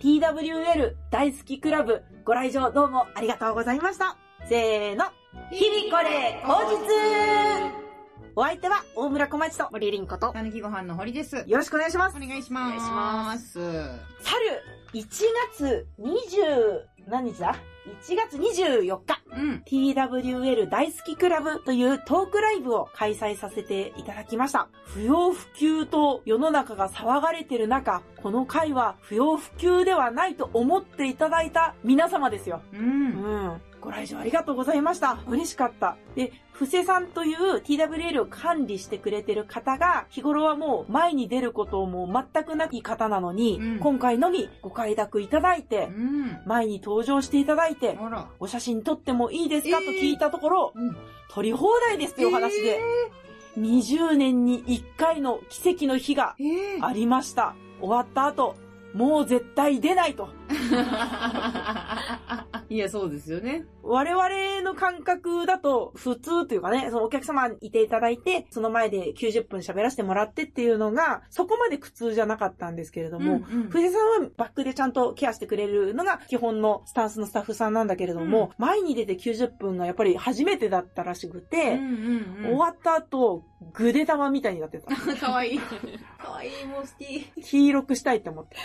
TWL 大好きクラブご来場どうもありがとうございました。せーの。日々これ、後日お相手は大村小町と森凛子と、たぬきご飯の堀です。よろしくお願いしますお。願いします。お願いしま去る1月20何日だ ?1 月24日、うん。 TWL 大好きクラブというトークライブを開催させていただきました。不要不急と世の中が騒がれてる中、この回は不要不急ではないと思っていただいた皆様ですよ。う。うんん。ご来場ありがとうございました。嬉しかった。で、布施さんという TWL を管理してくれてる方が、日頃はもう前に出ることをもう全くない方なのに、うん今回のみご快諾いただいてう、ん。前に登場していただいて、あら。お写真撮ってもいいですかえーと聞いたところ、うん撮り放題ですというお話で、20年に1回の奇跡の日がええありました。終わった後、もう絶対出ないと。 いや、そうですよね。我々の感覚だと普通というかね、そのお客様にいていただいて、その前で90分喋らせてもらってっていうのが、そこまで苦痛じゃなかったんですけれども、んん藤井さんはバックでちゃんとケアしてくれるのが基本のスタンスのスタッフさんなんだけれども、前に出て90分がやっぱり初めてだったらしくうんて、うんう終わった後、ぐで玉みたいになって た。ん。かわいい。かわいい、もう好き。黄色くしたいって思 って。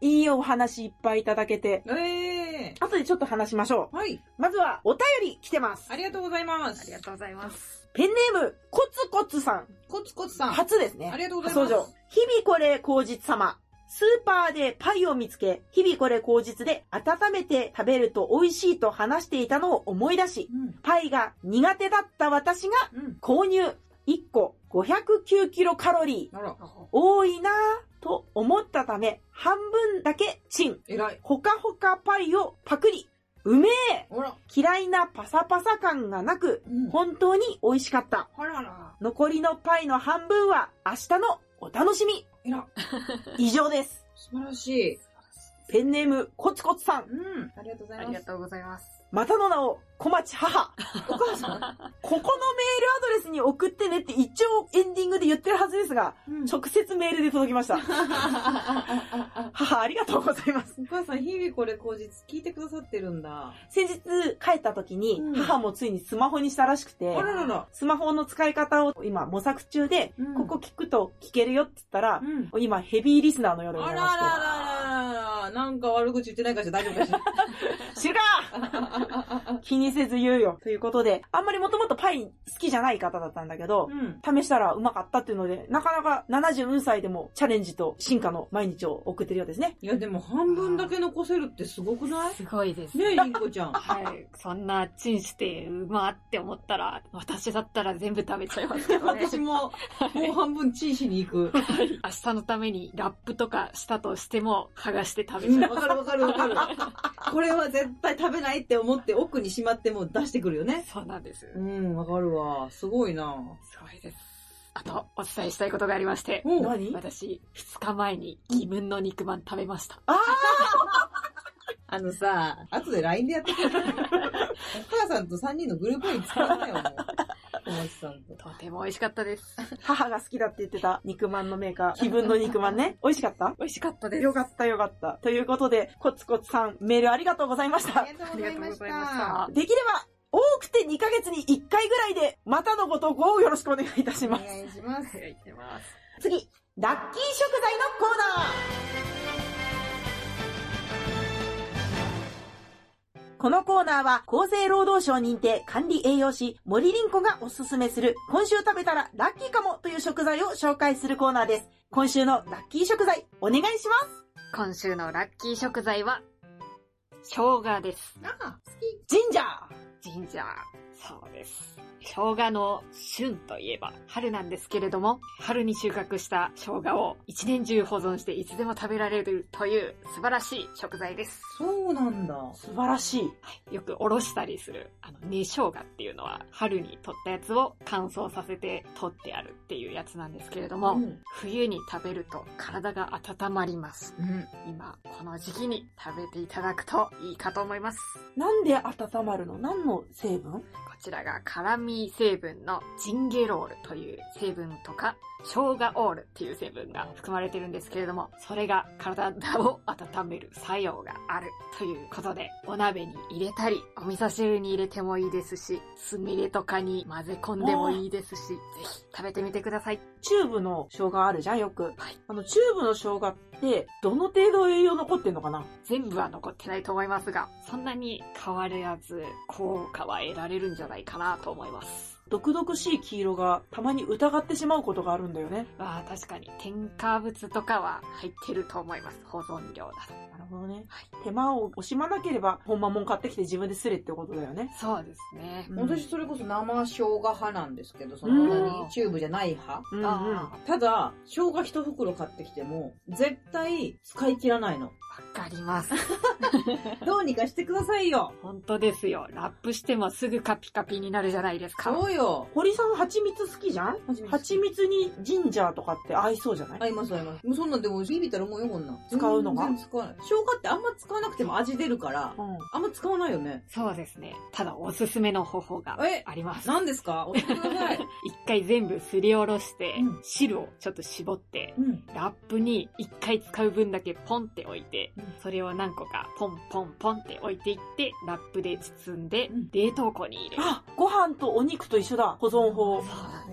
いいお話いっぱいいただけて、ええ後でちょっと話しましょはい。う。まずはお便り来てます。ありがとうございます。ありがとうございます。ペンネーム、コツコツさん。コツコツさん。初ですね。ありがとうございます初登場日々これ口実様。スーパーでパイを見つけ、日々これ口実で温めて食べると美味しいと話していたのを思い出し、うん。パイが苦手だった私がうん。購入。1個509キロカロリー。あら。多いなぁと思ったため、半分だけチン。えらい。ほかほかパイをパクリ。うめえあら。嫌いなパサパサ感がなく、うん。本当に美味しかった。あらら。残りのパイの半分は明日のお楽しみ。えら。以上です。素晴らしい。ペンネームコツコツさん。うん。ありがとうござあいまりがす。とうございます。またの名を小町母。お母さここのメん。ールアドレスに送ってねって一応エンディングで言ってるはずですが、うん直接メールで届きました。母ありがとうございます。お母さん、日々これ口実聞いてくださってるんだ。先日帰った時にうん母もついにスマホにしたらしくて、あららら。スマホの使い方を今模索中で、うんここ聞くと聞けるよって言ったらう、ん。今ヘビーリスナーのようあでらござらいまらして。らら。なんか悪口言ってないかしら大丈夫かしら。知るか 気にせず言うよ。ということで、あんまりもともとパイ好きじゃない方だったんだけど、うん。試したらうまかったっていうので、なかなか74歳でもチャレンジと進化の毎日を送ってるようですね。いや、でも半分だけ残せるってすごくないすごいです。ねえ、りんこち ゃん。はい。そんなチンして、うまって思ったら、私だったら全部食べちゃいますけど ね。私も、もう半分チンしに行く。明日のためにラップとかしたとしても、剥がして食べうんちゃわう。かるわかるわかる。これは絶対食べないって思って奥にしまっても出してくるよね。そうなんです。うん、わかるわ。すごいなすごいです。あと、お伝えしたいことがありまして、おう何私、2日前に自分の肉まん食べました。あのさ、後で LINE でやってくれる。 お母さんと3人のグループに使わないよ、もう。小松さんと。とても美味しかったです。母が好きだって言ってた肉まんのメー カー、気分の肉まんね。美味しかった美味しかったです。よかったよかった。ということで、コツコツさん、メールありがとうございました。がとありがとうございました。できれば、多くて2ヶ月に1回ぐらいで、またのご投稿をよろしくお願いいたしおます。願いします。いってます。次、ラッキー食材のコーナーこのコーナーは厚生労働省認定管理栄養士森凛子がおすすめする今週食べたらラッキーかもという食材を紹介するコーナーです。今週のラッキー食材お願いします。今週のラッキー食材は、生姜です。あ、ジンジャージンジャー。そうです。生姜の旬といえば春なんですけれども、春に収穫した生姜を一年中保存していつでも食べられるという素晴らしい食材です。そうなんだ。素晴らしい。よくおろしたりする、あの、根生姜っていうのは春に取ったやつを乾燥させて取ってあるっていうやつなんですけれども、うん冬に食べると体が温まります。うん。今、この時期に食べていただくといいかと思います。なんで温まるの何の成分こちらが辛味成分のジンゲロールという成分とか、生姜オールっていう成分が含まれてるんですけれども、それが体を温める作用があるということで、お鍋に入れたり、お味噌汁に入れてもいいですし、すみれとかに混ぜ込んでもいいですし、ぜひ食べてみてください。チューブの生姜あるじゃん、よく。はいあの、チューブの生姜って、どの程度栄養残ってんのかな全部は残ってないと思いますが、そんなに変わらず効果は得られるんじゃないかなと思います。毒々しい黄色がたまに疑ってしまうことがあるんだよね。まあ確かに添加物とかは入ってると思います。保存料だと。なるほどね。はい手間を惜しまなければ、ほんまもん買ってきて自分ですれってことだよね。そうですね。うん私それこそ生生姜派なんですけど、そのうん何チューブじゃない派。うんうん。ああただ、生姜一袋買ってきても、絶対使い切らないの。わか ります。どうにかしてくださいよ。本当ですよ。ラップしてもすぐカピカピになるじゃないですか。そうよ。堀さん蜂蜜好きじゃん蜂蜜にジンジャーとかって合いそうじゃない、合います合います。もうそんなんでもビビったらもうよこんなん。使うのが全然使わない。生姜ってあんま使わなくても味出るから、うん。あんま使わないよね。そうですね。ただおすすめの方法がえあります。何ですか教えてくだ さい。一回全部すりおろして、うん汁をちょっと絞って、うん。ラップに一回使う分だけポンって置いて、うんそれを何個かポンポンポンって置いていって、ラップで包んでうん、冷凍庫に入れる。あご飯とお肉と一緒だ。保存法。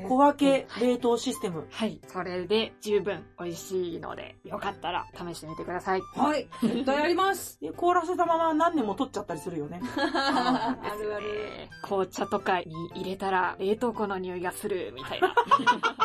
小分け冷凍システム。はい。それで十分美味しいので、よかったら試してみてください。はい。絶対あ ります。で、凍らせたまま何年も取っちゃったりするよね。そうなんあですよね。。紅茶とかに入れたら冷凍庫の匂いがするみたいな。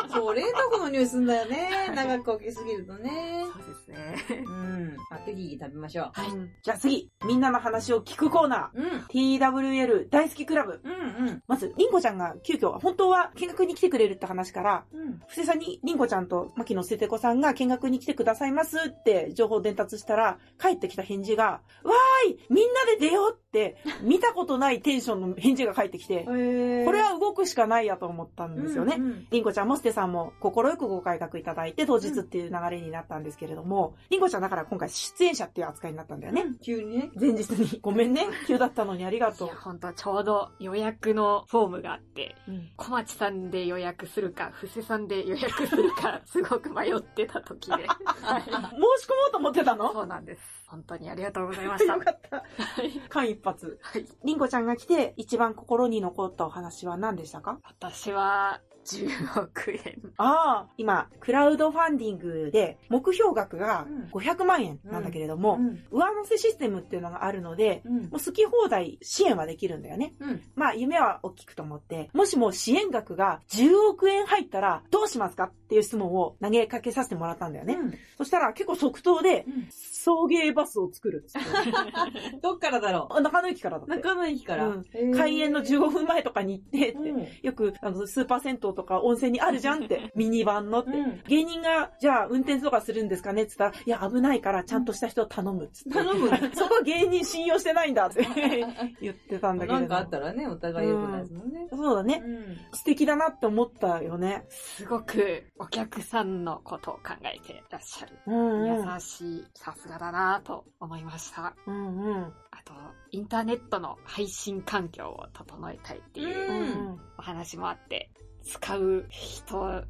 そう、冷凍庫の匂いすんだよね。長く置きすぎるとね。 そうですね。うん。あっとぎ食べましょはいうんじゃあ次、みんなの話を聞くコーナう。うん。ー。TWL 大好きクラブ。うんうん。まず、りんこちゃんが急遽、本当は見学に来てくれるって話から、うん。布施さんに、りんこちゃんと牧野捨て子さんが見学に来てくださいますって情報を伝達したら、帰ってきた返事が、わーいみんなで出ようって、見たことないテンションの返事が返ってきて、へこれは動くしかないやと思ったんですよね。りんこちゃんもすてさんも心よくご改革いただいて当日っていう流れになったんですけれども、りんこちゃんだから今回出演者っていう扱いになったんだよね。急にね。前日に。ごめんね。急だったのにありがいとうや、。ほんとちょうど予約のフォームがあって、うん小町さんで予約するか、布施さんで予約する か、すごく迷ってた時 で。申し込もうと思ってたのそうなんです。本当にありがとうございま した。よはいかった。間一髪。はい。りんこちゃんが来て一番心に残ったお話は何でしたか私は、10億円。ああ、今、クラウドファンディングで目標額が500万円なんだけれども、ん。上乗せシステムっていうのがあるので、うんも。う好き放題支援はできるんだよね。うん。まあ夢は大きくと思って、もしも支援額が10億円入ったらどうしますかっていう質問を投げかけさせてもらったんだよね。そしたら結構即答で、送迎バスを作るっつって。どっからだろあ中野駅からだっうて。中野駅からうん。開園の十15分前とかに行ってって、うん。よくあのスーパー銭湯とか温泉にあるじゃんって、ミニバンのって。うん芸人が、じゃあ運転とかするんですかねって言ったら、いや、危ないからちゃんとした人を頼むっつって。頼む そこは芸人信用してないんだって 言ってたんだけれなど。んかあったらね、お互い良くないですもんね。そうだね。素敵だなって思ったよね。すごくお客さんのことを考えてらっしゃる。うんうん。優しい、さすがだなぁと思いました。うんうん。あと、インターネットの配信環境を整えたいっていううんうお話もあって、使う人の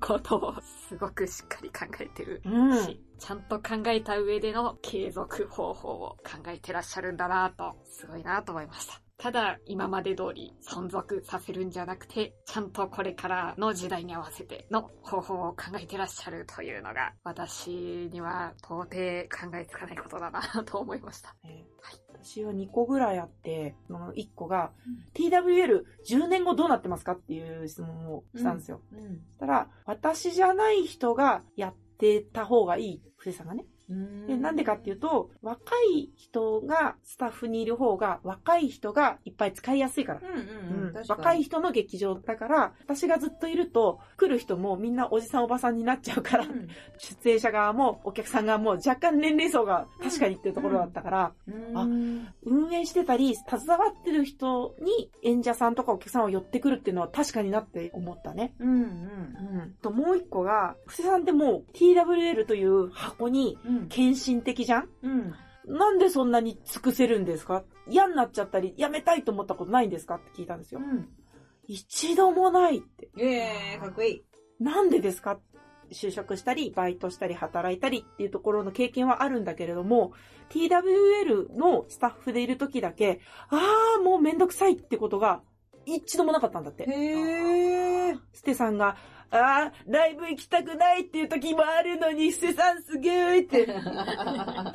ことをすごくしっかり考えてるし、うんちゃんと考えた上での継続方法を考えてらっしゃるんだなぁと、すごいなぁと思いました。ただ、今まで通り存続させるんじゃなくて、ちゃんとこれからの時代に合わせての方法を考えてらっしゃるというのが、私には到底考えつかないことだなぁと思いました。ね私は2個ぐらいあって、その1個が、TWL10 年後どうなってますかっていう質問をしたんですよ。うん。そしたら、私じゃない人がやってた方がいい、筆さんがね。うん。で、なんでかっていううと、若い人がスタッフにいる方が、若い人がいっぱい使いやすいから。んうんうん。若い人の劇場だから、私がずっといると、来る人もみんなおじさんおばさんになっちゃうから、出演者側もお客さん側も若干年齢層が確かにっていうところだったから、あ、運営してたり、携わってる人に演者さんとかお客さんを寄ってくるっていうのは確かになって思ったね。うんうん。うん。と、もう一個が、布施さんってもう TWL という箱にうん。献身的じゃんうん。なんでそんなに尽くせるんですか嫌になっちゃったり、やめたいと思ったことないんですかって聞いたんですよ。一度もないって。ええかっこいい。なんでですか就職したり、バイトしたり、働いたりっていうところの経験はあるんだけれども、TWL のスタッフでいる時だけ、あーもうめんどくさいってことが一度もなかったんだって。へえ。ステさんが、あーライブ行きたくないっていう時もあるのに、ステさんすげーって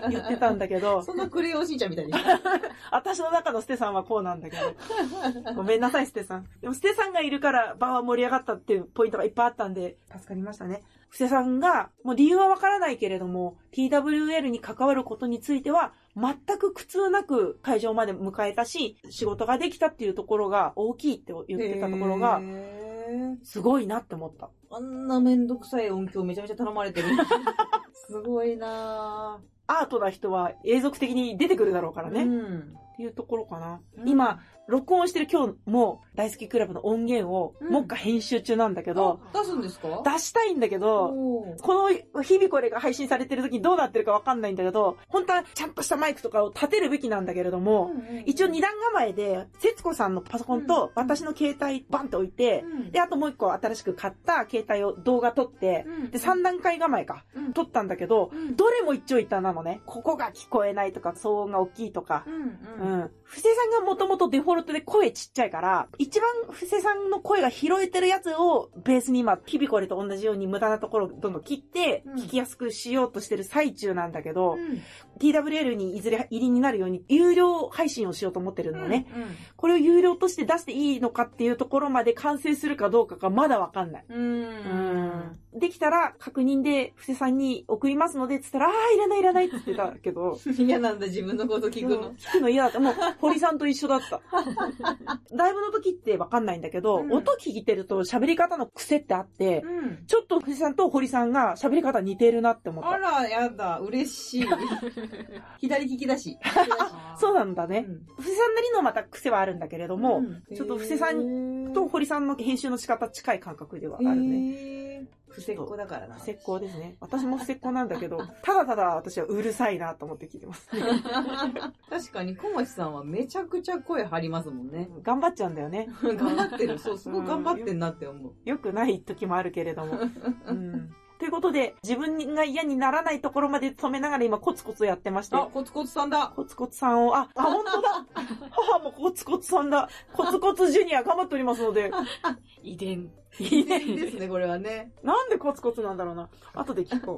言ってたんだけど、 そんなクレヨンしんちゃんみたいに。私の中のステさんはこうなんだけど。ごめんなさい、ステさん。でも、ステさんがいるから場は盛り上がったっていうポイントがいっぱいあったんで、助かりましたね。ステさんが、もう理由はわからないけれども、TWL に関わることについては、全く苦痛なく会場まで迎えたし、仕事ができたっていうところが大きいって言ってたところがへ、ーすごいなって思った。あんなめんどくさい音響めちゃめちゃ頼ま れてる。すごいなアートな人は永続的に出てくるだろうからぁ。ね。うっん。ていうところかな。うん今、録音してる今日も大好きクラブの音源をうんもっか編集中なんだけど、あ出すんですか出したいんだけど、おーこの日々これが配信されてる時にどうなってるかわかんないんだけど、本当はちゃんとしたマイクとかを立てるべきなんだけれども、一応二段構えで、節子さんのパソコンと私の携帯バンって置いて、うんで、あともう一個新しく買った携帯を動画撮って、うんで、三段階構えかうん、撮ったんだけど、うんどれも一長一短なのね。ここが聞こえないとか、騒音が大きいとかう。んううんん。布施さんがもともとデフォルトで声ちっちゃいから、一番布施さんの声が拾えてるやつをベースに今、日々これと同じように無駄なところをどんどん切ってうん、聞きやすくしようとしてる最中なんだけど、うん。 TWL にいずれ入りになるように、有料配信をしようと思ってるのね。うこれを有料として出していいのかっていうところまで完成するかどうかがまだわかんない。ん。うん。うん。できたら確認で布施さんに送りますのでっつったら、ああ、いらないいらないって言ってたけど、嫌なんだ、自分のこと聞くうんの。聞くの嫌だった。もう、堀さんと一緒だった。 ライブの時ってわかんないんだけど、うん音聞いてると喋り方の癖ってあって、うん。ちょっと藤さんと堀さんが喋り方似てるなって思っあた。ら、やだ、嬉しい。 左利きだし。そうだ。なんだね。布施さんなりのまた癖はあるんだけれども、ちょっと布施さんと堀さんの編集の仕方近い感覚ではあるね。ね。不石子だからな。不石膏ですね。私も不石膏なんだけど、ただただ私はうるさいなと思って聞いて ます。確かに、小町さんはめちゃくちゃ声張りますもんね。頑張っちゃうんだよね。 頑張ってる。そう、すごい頑張ってんなって思う。良くない時もあるけれど も。うんということで、自分が嫌にならないところまで止めながら今コツコツやってましてあ、、コツコツさんだ。コツコツさんを、あ、あ、本当 だ母もコツコツさんだコツコツジュニア頑張っておりますの で、遺伝。いいねですね、これはね。なんでコツコツなんだろうな。後で聞こ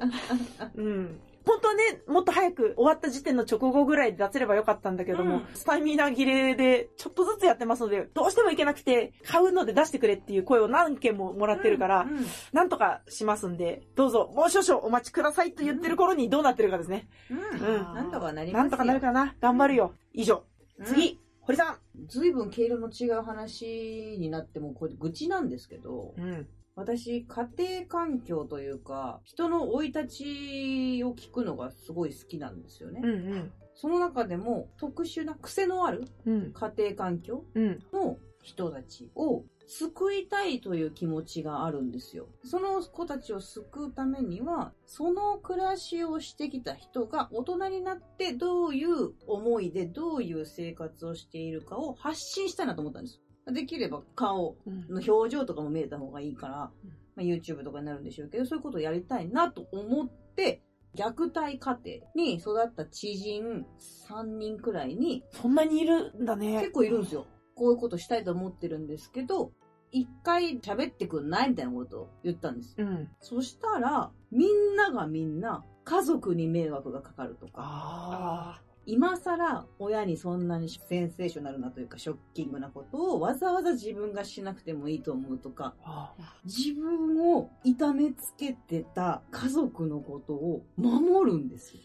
う。うん。本当はね、もっと早く終わった時点の直後ぐらいで出せればよかったんだけども、うんスタミナ切れでちょっとずつやってますので、どうしてもいけなくて、買うので出してくれっていう声を何件ももらってるから、うんうんなんとかしますんで、どうぞ、もう少々お待ちくださいと言ってる頃にどうなってるかですね。うんうんなんとかなりますなんとかなるか。かな。頑張るよ。以上。次。次、堀さずいぶん毛色の違う話になっても、これ愚痴なんですけどん。、うん。私、家庭環境というか、人の生い立ちを聞くのがすごい好きなんですよね。うんその中でも、特殊な癖のあるうん。うん。家庭環境うん。の人たちを救いたいという気持ちがあるんですよ。その子たちを救うためには、その暮らしをしてきた人が大人になってどういう思いでどういう生活をしているかを発信したいなと思ったんです。できれば顔の表情とかも見えた方がいいから、うんまあ、YouTube とかになるんでしょうけど、そういうことをやりたいなと思って、虐待家庭に育った知人3人くらいにそんなにいるんだね。結構いるんですよ。よ。こういうことしたいと思ってるんですけど、一回喋ってくんないみたいなことを言ったんです。うん。そしたら、みんながみんな、家族に迷惑がかかるとか、ああ。今更親にそんなにセンセーショナルなというかショッキングなことをわざわざ自分がしなくてもいいと思うとか、あ自分を痛めつけてた家族のことを守るんですよ。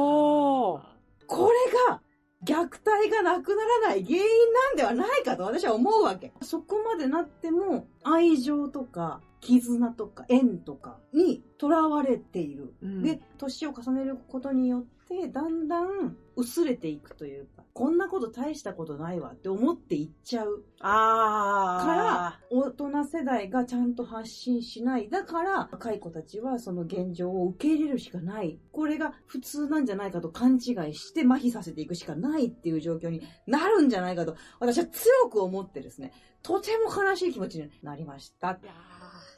おー。これが虐待がなくならない原因なんではないかと私は思うわけ。そこまでなっても愛情とか絆とか縁とかにとらわれている。うんで、年を重ねることによって、だんだん薄れていくというか、こんなこと大したことないわって思っていっちゃう。あー。から、大人世代がちゃんと発信しない。だから、若い子たちはその現状を受け入れるしかない。これが普通なんじゃないかと勘違いして麻痺させていくしかないっていう状況になるんじゃないかと、私は強く思ってですね、とても悲しい気持ちになりました。いや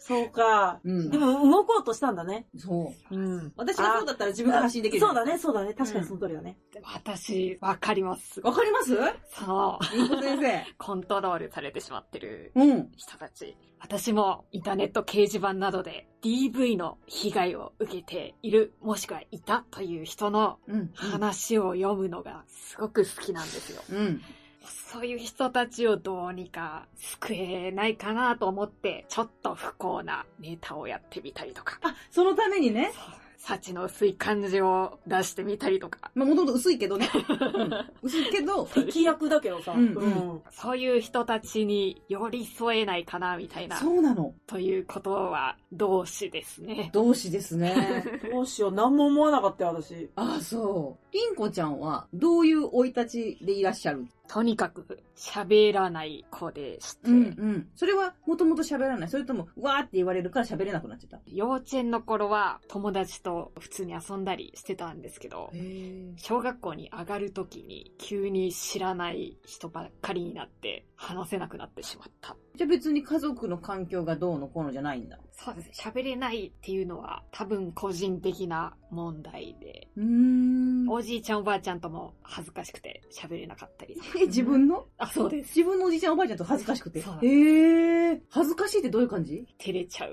そうか。うんで。も動こうとしたんだね。そう。ーん。私がそうだったら自分が発信できる。そうだね、そうだね。確かにその通りだね。私、わかります。わかりますそう。りんこ先生。コントロールされてしまってるうん。人たち。私もインターネット掲示板などで DV の被害を受けている、もしくはいたという人のうん。話を読むのがすごく好きなんですよ。うん。そういう人たちをどうにか救えないかなと思って、ちょっと不幸なネタをやってみたりとか、あ、そのためにね、幸の薄い感じを出してみたりとか、まあ、もともと薄いけどね。うん薄いけど、敵役だけどさ。うんうんそういう人たちに寄り添えないかなみたいな、そうなの。ということは同志ですね。同志ですね。どうしよう、何も思わなかったよ、私。ああ、そう。りんこちゃんは、どういう生い立ちでいらっしゃるとにかく喋らない子でして、ん。それは、もともと喋らないそれとも、わーって言われるから喋れなくなっちゃった幼稚園の頃は友達と普通に遊んだりしてたんですけど、へ小学校に上がるときに急に知らない人ばっかりになって話せなくなってしまった。じゃあ別に家族の環境がどうのこうのじゃないんだ。そうですね。喋れないっていうのは多分個人的な問題で、うーんおじいちゃんおばあちゃんとも恥ずかしくて喋れなかったり。え、自分のあ、そうです。自分のおじいちゃんおばあちゃんと恥ずかしくて。そうへえ。恥ずかしいってどういう感じ照れちゃう。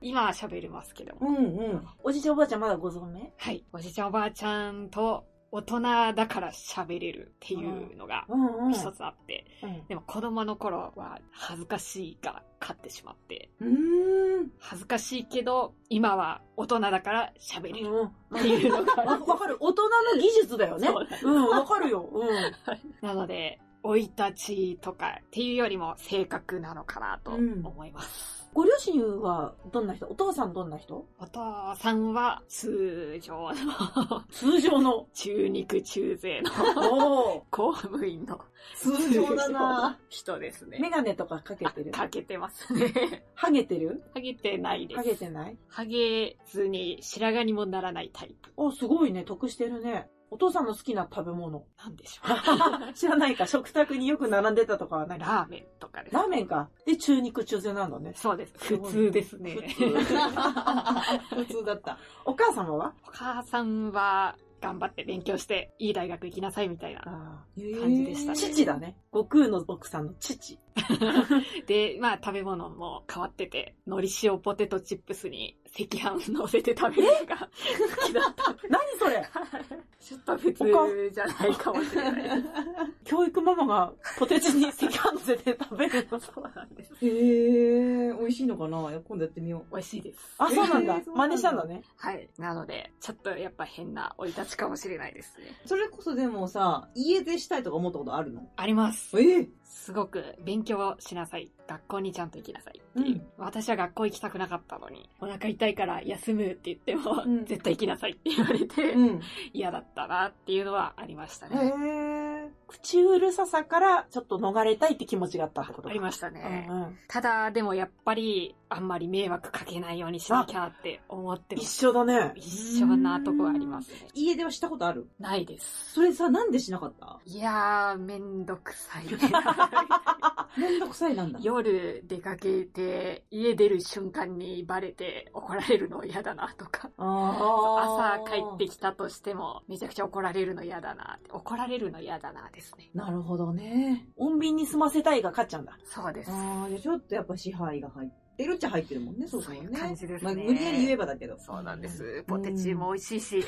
今は喋れますけども。んうん。おじいちゃんおばあちゃんまだご存命はい。おじいちゃんおばあちゃんと大人だから喋れるっていうのがうんうん。一つあって、でも子供の頃は恥ずかしいが勝ってしまって、うーん。恥ずかしいけど、今は大人だから喋れるうん。っていうのがあわる。わかる。大人の技術だよねそ。ううん、わかるよ。うん。なので、生い立ちとかっていうよりも性格なのかなとうん思います。ご両親はどんな人お父さんどんな人お父さんは通常の通常の。中肉中背のおお。公務員の通常だな。 人ですメね。ガネとかかけてる。かけてま すね。ハゲてるハゲてないでハゲす。てないハゲずに白髪にもならないタイプあ、すごいね。得してるね。お父さんの好きな食べ 物。なん でしょう知らないか。食卓によく並んでたとかはない。ララーメンとかです。ーメンか。で、中肉中背なんだね。そうです。す普ごい通ですね。 普通だった。お母様はお母さんは頑張って勉強していい大学行きなさいみたいな。あ感じでしたあ。ね父 だね。悟空の奥さんの父。で、まあ食べ物も変わってて、海苔塩ポテトチップスに赤飯乗せて食べるのが好きだった。何そ れちょっと普通じゃないかもしれないです。教育ママがポテチに赤飯ぜで食べるの。そうなんです。へえ、美味しいのかないや今度やってみよう。美味しいです。あ、そうなんえだー。そうな真んだ似したんだね。はい。なので、ちょっとやっぱ変な生い立ちかもしれないですね。それこそでもさ、家出したいとか思ったことあるのあります。ええすごく勉強をしなさい。学校にちゃんと行きなさいっていう。うん私は学校行きたくなかったのに、お腹痛いから休むって言っても、うん絶対行きなさいって言われて、うん。嫌だったなっていうのはありましたね。へえ。口うるささからちょっと逃れたいって気持ちがあったってことありまししたたね。うんうん、ただ、でもやっぱり、あんまり迷惑かけないようにしなきゃって思ってま一す。緒だね。一緒なとこはありますね。家出はしたことあるないです。それさ、なんでしなかったいやー、めんど くさい。めんどくさいなんだ。夜出かけて、家出る瞬間にバレて怒られるの嫌だなとか。あ朝帰ってきたとしても、めちゃくちゃ怒られるの嫌だなって。怒られるの嫌だなですね。なるほどね。穏便に済ませたいが勝っちゃうんだ。そうです。ああ、じゃあちょっとやっぱ支配が入ってるっちゃ入ってるもんね、そうだもんね。そういう感じですねまあ、無理やり言えばだけど。そうなんです。ポテチも美味しいし、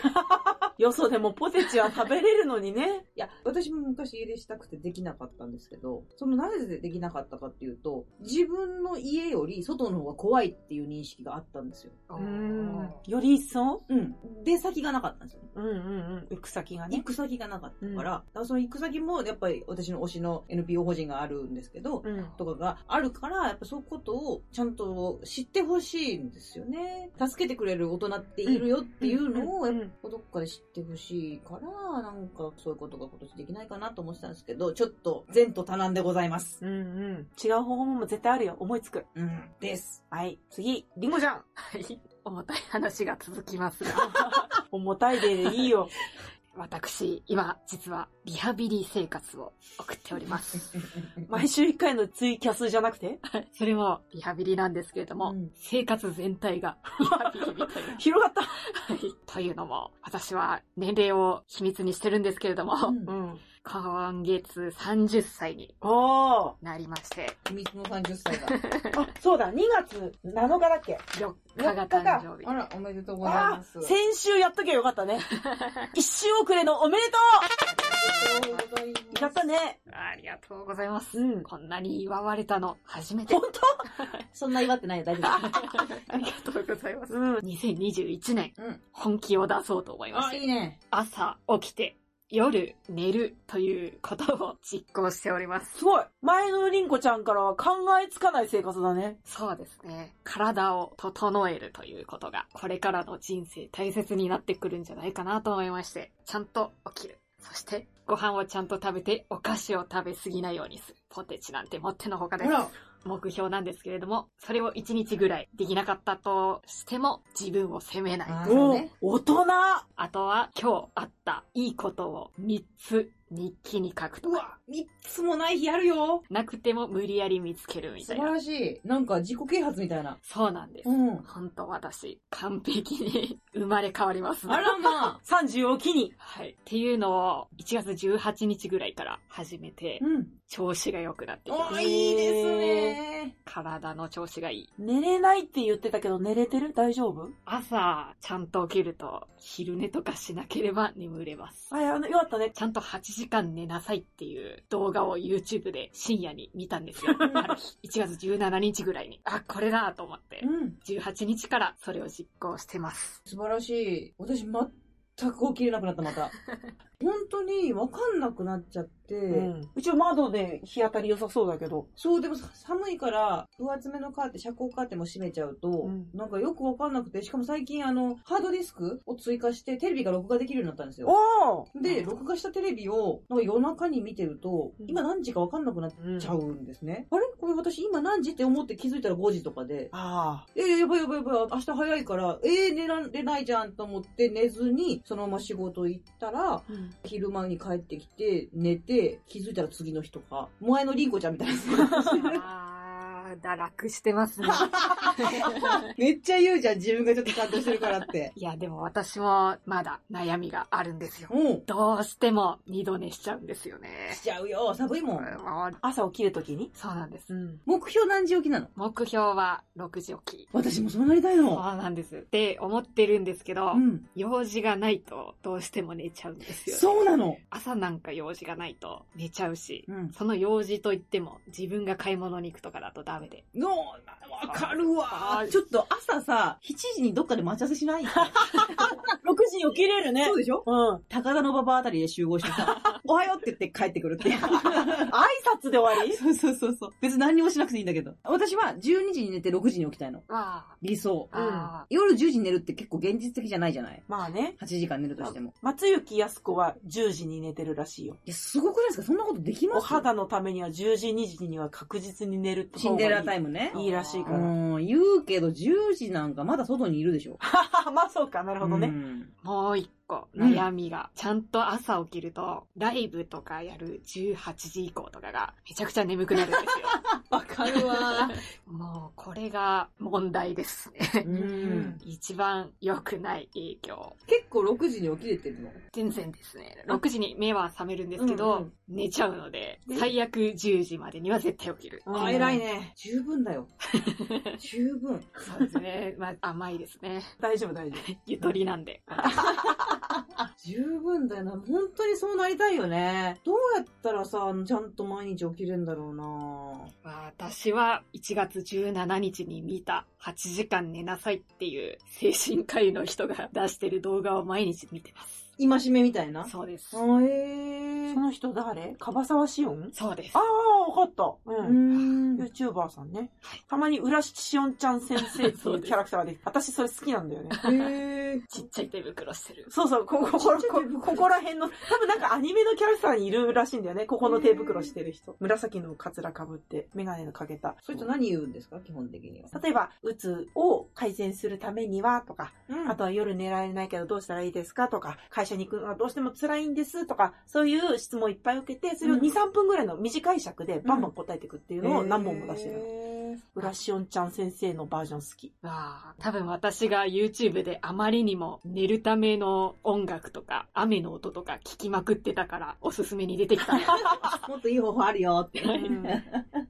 よそでもポテチは食べれるのにね。いや、私も昔家出したくてできなかったんですけど、そのなぜできなかったかっていうと、自分の家より外の方が怖いっていう認識があったんですよ。うん。より一層うん。出先がなかったんですよ。うんうんうん。行く先が行ね。く先がなかったから、うんだからその行く先もやっぱり私の推しの NPO 法人があるんですけど、うん。とかがあるから、やっぱそういうことをちゃんと知ってほしいんですよね。助けてくれる大人っているよっていうのを、やっぱんどっかで知ってほしいから、なんかそういうことが今年できないかなと思ってたんですけど、ちょっと前途多難でございます。うんうん。違う方法も絶対あるよ。思いつく。うん。です。はい。次、りんごちゃん。はい。重たい話が続きます が。重たいでいいよ。私、今、実は、リハビリ生活を送っております。毎週一回のツイキャスじゃなくて それも、リハビリなんですけれども、うん生活全体が、リハビリみたいな。広がった。 はいというのも、私は、年齢を秘密にしてるんですけれども、うんん。今月30歳におー。なりまして、秘密の30歳 が。あ、そうだ、2月7日だっけ4日が誕生日。ら、おめでとうごあー先週やっときゃよかったね。 一週遅れのおめでとおめでとうございうやったね。ありがとうございます。うんこんなに祝われたの、初めて本。そんな祝ってないよ、大丈夫。 ありがとうございます当。うん。 2021年、うん本気を出そうと思いましていね。朝起きて夜寝るということを実行しております。すごい。前のりんこちゃんからは考えつかない生活だね。そうですね。体を整えるということが、これからの人生大切になってくるんじゃないかなと思いまして、ちゃんと起きる。そして、ご飯をちゃんと食べて、お菓子を食べ過ぎないようにする。ポテチなんてもってのほかです。ら、目標なんですけれども、それを1日ぐらいできなかったとしても、自分を責めない。あそうおねお大人あとは、今日あったいいことを3つ日記に書くとうか。わ、3つもない日あるよ。なくても無理やり見つけるみ素たい晴な。らしい。なんか自己啓発みたいな。そうなんです。ん。本当私、完璧に生まれ変わります。あらまあ。 !30 を機に。はい。っていうのを、1月18日ぐらいから始めて、うん。調子が良くなってきおます。ーいいですね。体の調子がいい。寝れないって言ってたけど寝れてる大丈夫朝、ちゃんと起きると、昼寝とかしなければ眠れます。あ、いやあの、よかったね。ちゃんと8時間寝なさいっていう動画を YouTube で深夜に見たんです よ。ある日1月17日ぐらいに。あ、これだと思ってう。ん。 18日からそれを実行してます。素晴らしい。私、全く起きれなくなった、また。本当に分かんなくなっちゃって。うん。うちは窓で日当たり良さそうだけど。そう、でもさ寒いから、分厚めのカーテン、遮光カーテンも閉めちゃうと、んなんかよく分かんなくて、しかも最近、あの、ハードディスクを追加して、テレビが録画できるようになったんですよ。おーで、録画したテレビを、なんか夜中に見てると、うん今何時か分かんなくなっちゃうんですね。あれこれ私今何時って思って気づいたら5時とかで、あえー、やばいやばいやばい、明日早いから、えー、寝られないじゃんと思って寝ずに、そのまま仕事行ったら、あ。うん。昼間に帰ってきて、寝て、気づいたら次の日とか、前のりんこちゃんみたいな。 あー、堕落して ますね。 めっちゃ言うじゃん、自分がちょっと感動してるからって。いや、でも私もまだ悩みがあるんですよ。 うん。どうしても二度寝しちゃうんですよねし。ちゃうよ、寒いも。うんんもう朝起きるときにそうなんです。ん。目標何時起きなの目標は6時起き。私もそうなりたいそうの。なんです。って思ってるんですけど、うん。用事がないとどうしても寝ちゃうんですよ、ね。そうなの。朝なんか用事がないと寝ちゃうし、うん。その用事といっても自分が買い物に行くとかだとダメで。の、わかるわは。いちょっと朝さ、7時にどっかで待ち合わせし ない6時に起きれるねそう。でしょうん。高田の馬場あたりで集合してさ、 おはようって言って帰ってくるっていう。挨拶で終わり そうそうそうそう。別に何にもしなくていいんだけど。私は12時に寝て6時に起きたいの。わ理想。ーあ夜10時に寝るって結構現実的じゃないじゃないまあね。 ?8 時間寝るとしても。松雪康子は10時に寝てるらしいよ。いや、すごくないですかそんなことできますお肌のためには10時、2時には確実に寝るって シンデレラタイイムねム。いいらしいかうら。ん、言うけど10時なんかまだ外にいるでしょ。 まあそうか、なるほどうね。んーもう一個うん悩みが、ちゃんと朝起きると、ライブとかやる18時以降とかがめちゃくちゃ眠くなる んですよ。わかるわ。もうこれが問題ですね。うん一番良くない影響。結構6時に起きれてるの。全然ですね。6時に目は覚めるんですけど、うんうん寝ちゃうので、最悪10時までには絶対起きる。うんあ、偉いね。十分 だよ。十分。そうですね。まあ甘いですね。大丈夫、大丈夫。ゆとりなんで。十分だよな。本当にそうなりたいよね。どうやったらさ、ちゃんと毎日起きれんだろうな私は1月17日に見た8時間寝なさいっていう精神科医の人が出してる動画を毎日見てます。今しめみたいな。そうです。あえーそ。の人誰樺沢しおんそうですあ。あ、わかった。ううん。ん。 YouTuber さんねはい。たまに浦しおんちゃん先生ってそいううですキャラクターができて私それ好きなんだよね。えー。ちっちゃい手袋してる。そうそう、ここ、ここ、ここら辺の、多分なんかアニメのキャラクターにいるらしいんだよね。ここの手袋してる人。紫のカツラかぶって、メガネのかけた。それと何言うんですか基本的には。例えば、うつを改善するためにはとか、うんあとは夜寝られないけどどうしたらいいですかとか、会社に行くのがどうしても辛いんですとか、そういう質問をいっぱい受けて、それを2、うん3分ぐらいの短い尺でバンバン答えていくっていうのを何本も出してるの。え浦しおんちゃん先生のバージョン好き。ああ、多分私が YouTube であまりにも寝るための音楽とか雨の音とか聞きまくってたからおすすめに出てきたんだと思いまーもっといい方法あるよって。うんす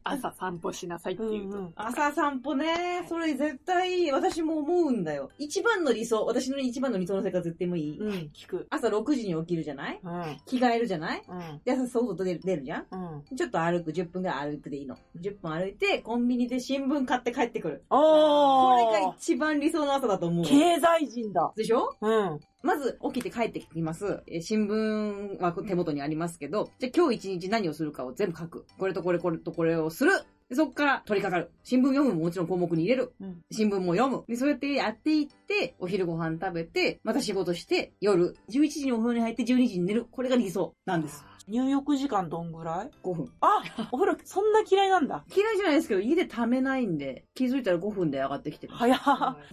朝散歩しなさいっていうと。うんうん朝散歩ね、それ絶対私も思うんだよ。一番の理想、私の一番の理想の生活言ってもいい、うん、聞く。朝6時に起きるじゃないうん、着替えるじゃないうん、で、朝外出る出るじゃんうん。ちょっと歩く、10分ぐらい歩くでいいの。10分歩いて、コンビニで新聞買って帰ってくる。これがおー一番理想の朝だと思う。経済人だ。でしょうん。まず起きて帰ってきます。えー新聞は手元にありますけど、じゃあ今日一日何をするかを全部書く。これとこれこれとこれをする。でそこから取り掛かる。新聞読むももちろん項目に入れる。うん新聞も読む。でそうやってやっていって、お昼ご飯食べて、また仕事して、夜、11時にお風呂に入って12時に寝る。これが理想なんです。入浴時間どんぐらい5分。あお風呂そんな嫌いなんだ。嫌いじゃないですけど、家で溜めないんで、気づいたら5分で上がってきてる。早っ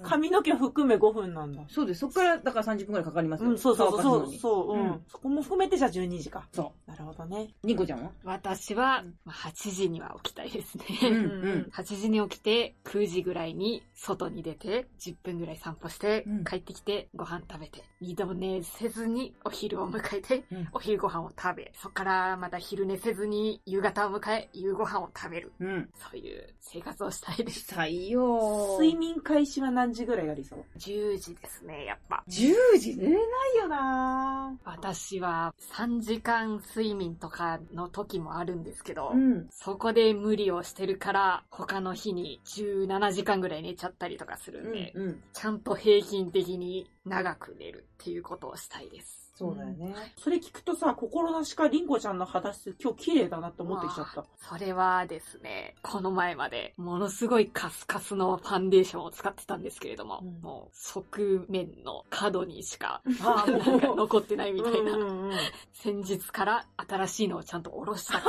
髪の毛含め5分なんだ。そうです。そこから、だから30分くらいかかりますよ。うん、そうそう乾そかすのう、にそう、う。うんそこも含めてじゃあ12時か。そなるほどね。う。ニコちゃんは私はまあ8時には起きたいですね。うんううんん。 8時に起きて、9時ぐらいに外に出て、10分ぐらい散歩してうん、帰ってきて、ご飯食べて、二度寝せずにお昼を迎えてうん、お昼ご飯を食べ、そこからまた昼寝せずに夕方を迎え、夕ご飯を食べる。うん。そういう生活をしたい です。採用。睡眠開始は何時ぐらいが理想10時ですね、やっぱ。 10時寝れないよな私は3時間睡眠とかの時もあるんですけど、ん。そこで無理をしてるから、他の日に17時間ぐらい寝ちゃったりとかするんで、うん。ちゃんと平均的に長く寝るっていうことをしたいです。そうだよね。それ聞くとさ、心なしかりんこちゃんの肌質今日綺麗だなって思ってきちゃった。それはですね、この前までものすごいカスカスのファンデーションを使ってたんですけれども、うんもう側面の角にし か、あ あ、なんか残ってないみたいな、うんうんうん先日から新しいのをちゃんと下ろした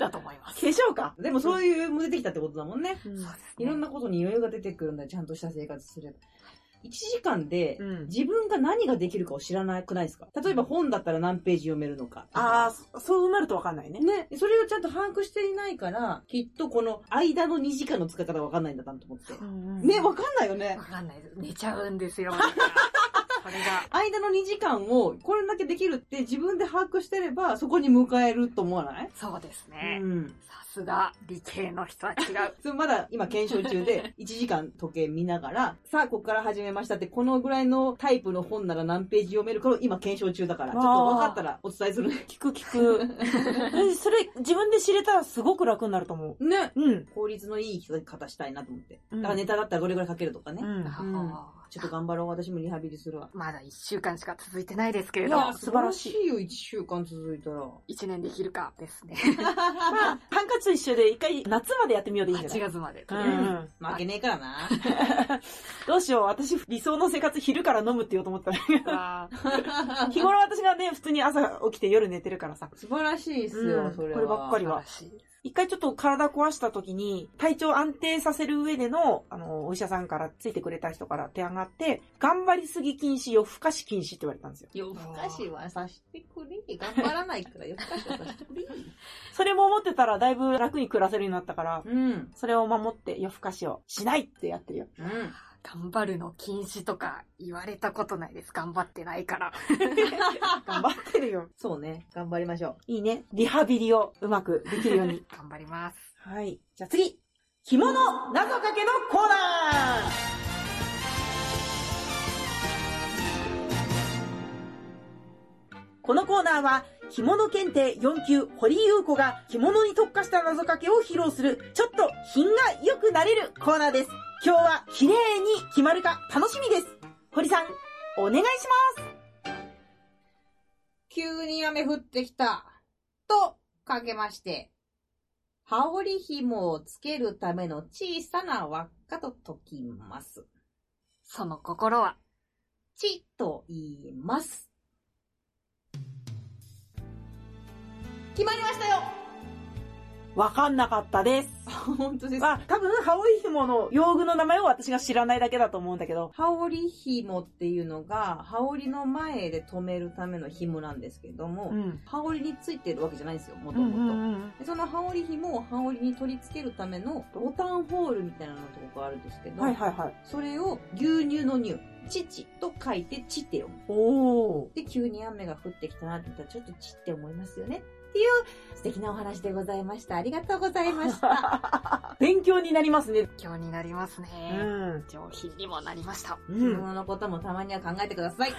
だと思いま化す。粧か。でもそういうも出てきたってことだもんね。うんそうですねいろんなことに余裕が出てくるんだよ、ちゃんとした生活すれば。1時間でうん自分が何ができるかを知らなくないですか例えば本だったら何ページ読めるのか。ああ、そそうなるとわかんないね。ね、それをちゃんと把握していないから、きっとこの間の2時間の使い方がわかんないんだなと思って。ね、わかんないよねわ。かんないです。寝ちゃうんですよ。だからそれが。間の2時間をこれだけできるって自分で把握してれば、そこに迎えると思わないそうですね。ん。さすが理系の人は違う。それまだ今検証 中で、1時間時計見ながら、さあ、ここから始めましたって、このぐらいのタイプの本なら何ページ読めるかを今検証中だから、ちょっと分かったらお伝えする。聞く聞 く。えそれ、自分で知れたらすごく楽になると思う。ね。うん。効率のいい生き方したいなと思って。うんだからネタだったらどれぐらい書けるとかね。うんあーちょっと頑張ろう。私もリハビリするわ。まだ一週間しか続いてないですけれいど、や素晴らしい素晴よ、1週間続いたら。一年できるかですね。まあ、ハンカチと一緒で一回夏までやってみようでいいんじゃな8い月まで。うんうん 負けねえからな。どうしよう。私、理想の生活昼から飲むって言おうと思ったんだけど。あー日頃私がね、普通に朝起きて夜寝てるからさ。 素晴らしいっすよ、うんそれは。こればっかり素晴はらしい。一回ちょっと体壊した時に、体調安定させる上での、あの、お医者さんからついてくれた人から手上がって、頑張りすぎ禁止、夜更かし禁止って言われたんですよ。夜更かしはさしてくれ。頑張らないから夜更かしはさしてくれ。それも思ってたらだいぶ楽に暮らせるようになったから、うん。それを守って夜更かしをしないってやってるよ。うん。頑張るの禁止とか言われたことないです。頑張ってな いから。頑張ってるよ。 そうね。頑張りましょいいね。リハビリをうまくできるように。頑張ります。はい。じゃあ次 着物謎かけのコーナーこのコーナーは、着物検定4級堀井優子が着物に特化した謎かけを披露する、ちょっと品が良くなれるコーナーです。今日は綺麗に決まるか楽しみです。堀さん、お願いします。急に雨降ってきた。と、かけまして、羽織紐をつけるための小さな輪っかと解きます。その心は、ちと言います。決まりましたよわかんなかったです。 本当ですまあ、多分、羽織紐の用具の名前を私が知らないだけだと思うんだけど。羽織紐っていうのが、羽織の前で止めるための紐なんですけども、うん。羽織についてるわけじゃないんですよ、もうとんもうと。んうんでその羽織紐を羽織に取り付けるためのボタンホールみたいなのとこがあるんですけど、はいはいはい。それを牛乳の乳、乳と書いて乳って読む。 おー。で、急に雨が降ってきたなって言ったら、ちょっと乳って思いますよね。っていう素敵なお話でございました。ありがとうございました。勉強になりますね。今日になりますね。うん。上品にもなりました。 う着ん。物のこともたまには考えてください。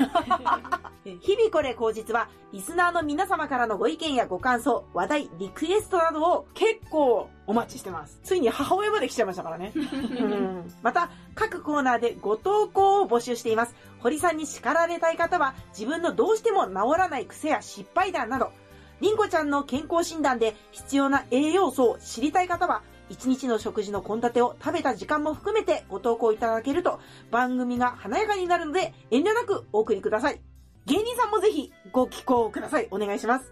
え日々これ口実は、リスナーの皆様からのご意見やご感想、話題、リクエストなどを結構お待ちしてます。ついに母親まで来ちゃいましたからね。うんまた、各コーナーでご投稿を募集しています。堀さんに叱られたい方は、自分のどうしても治らない癖や失敗談など、りんごちゃんの健康診断で必要な栄養素を知りたい方は、一日の食事の献立を食べた時間も含めてご投稿いただけると、番組が華やかになるので、遠慮なくお送りください。芸人さんもぜひご寄稿ください。お願いします。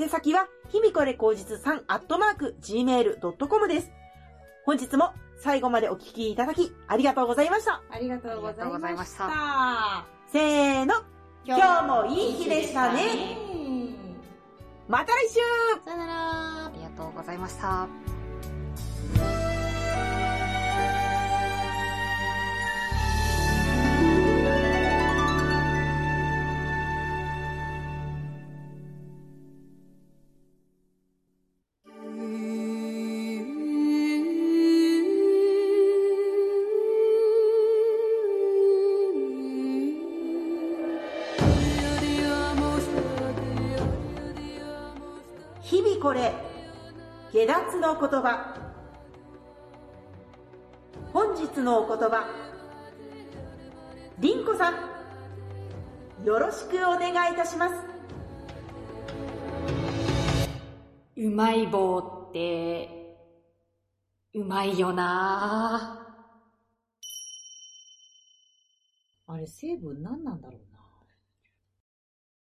宛先は、ひみこれ口実3アットマーク gmail.com です。本日も最後までお聞きいただきありがとうございました。ありがとうございありがとうございままししたた。せーの、今日もいい日でしたねまた来週さよならあ。りがとうございました。日々これ下脱の言葉本日のお言葉りんこさんよろしくお願いいたしますうまい棒って、うまいよなぁ。あれ、成分何なんだろうな。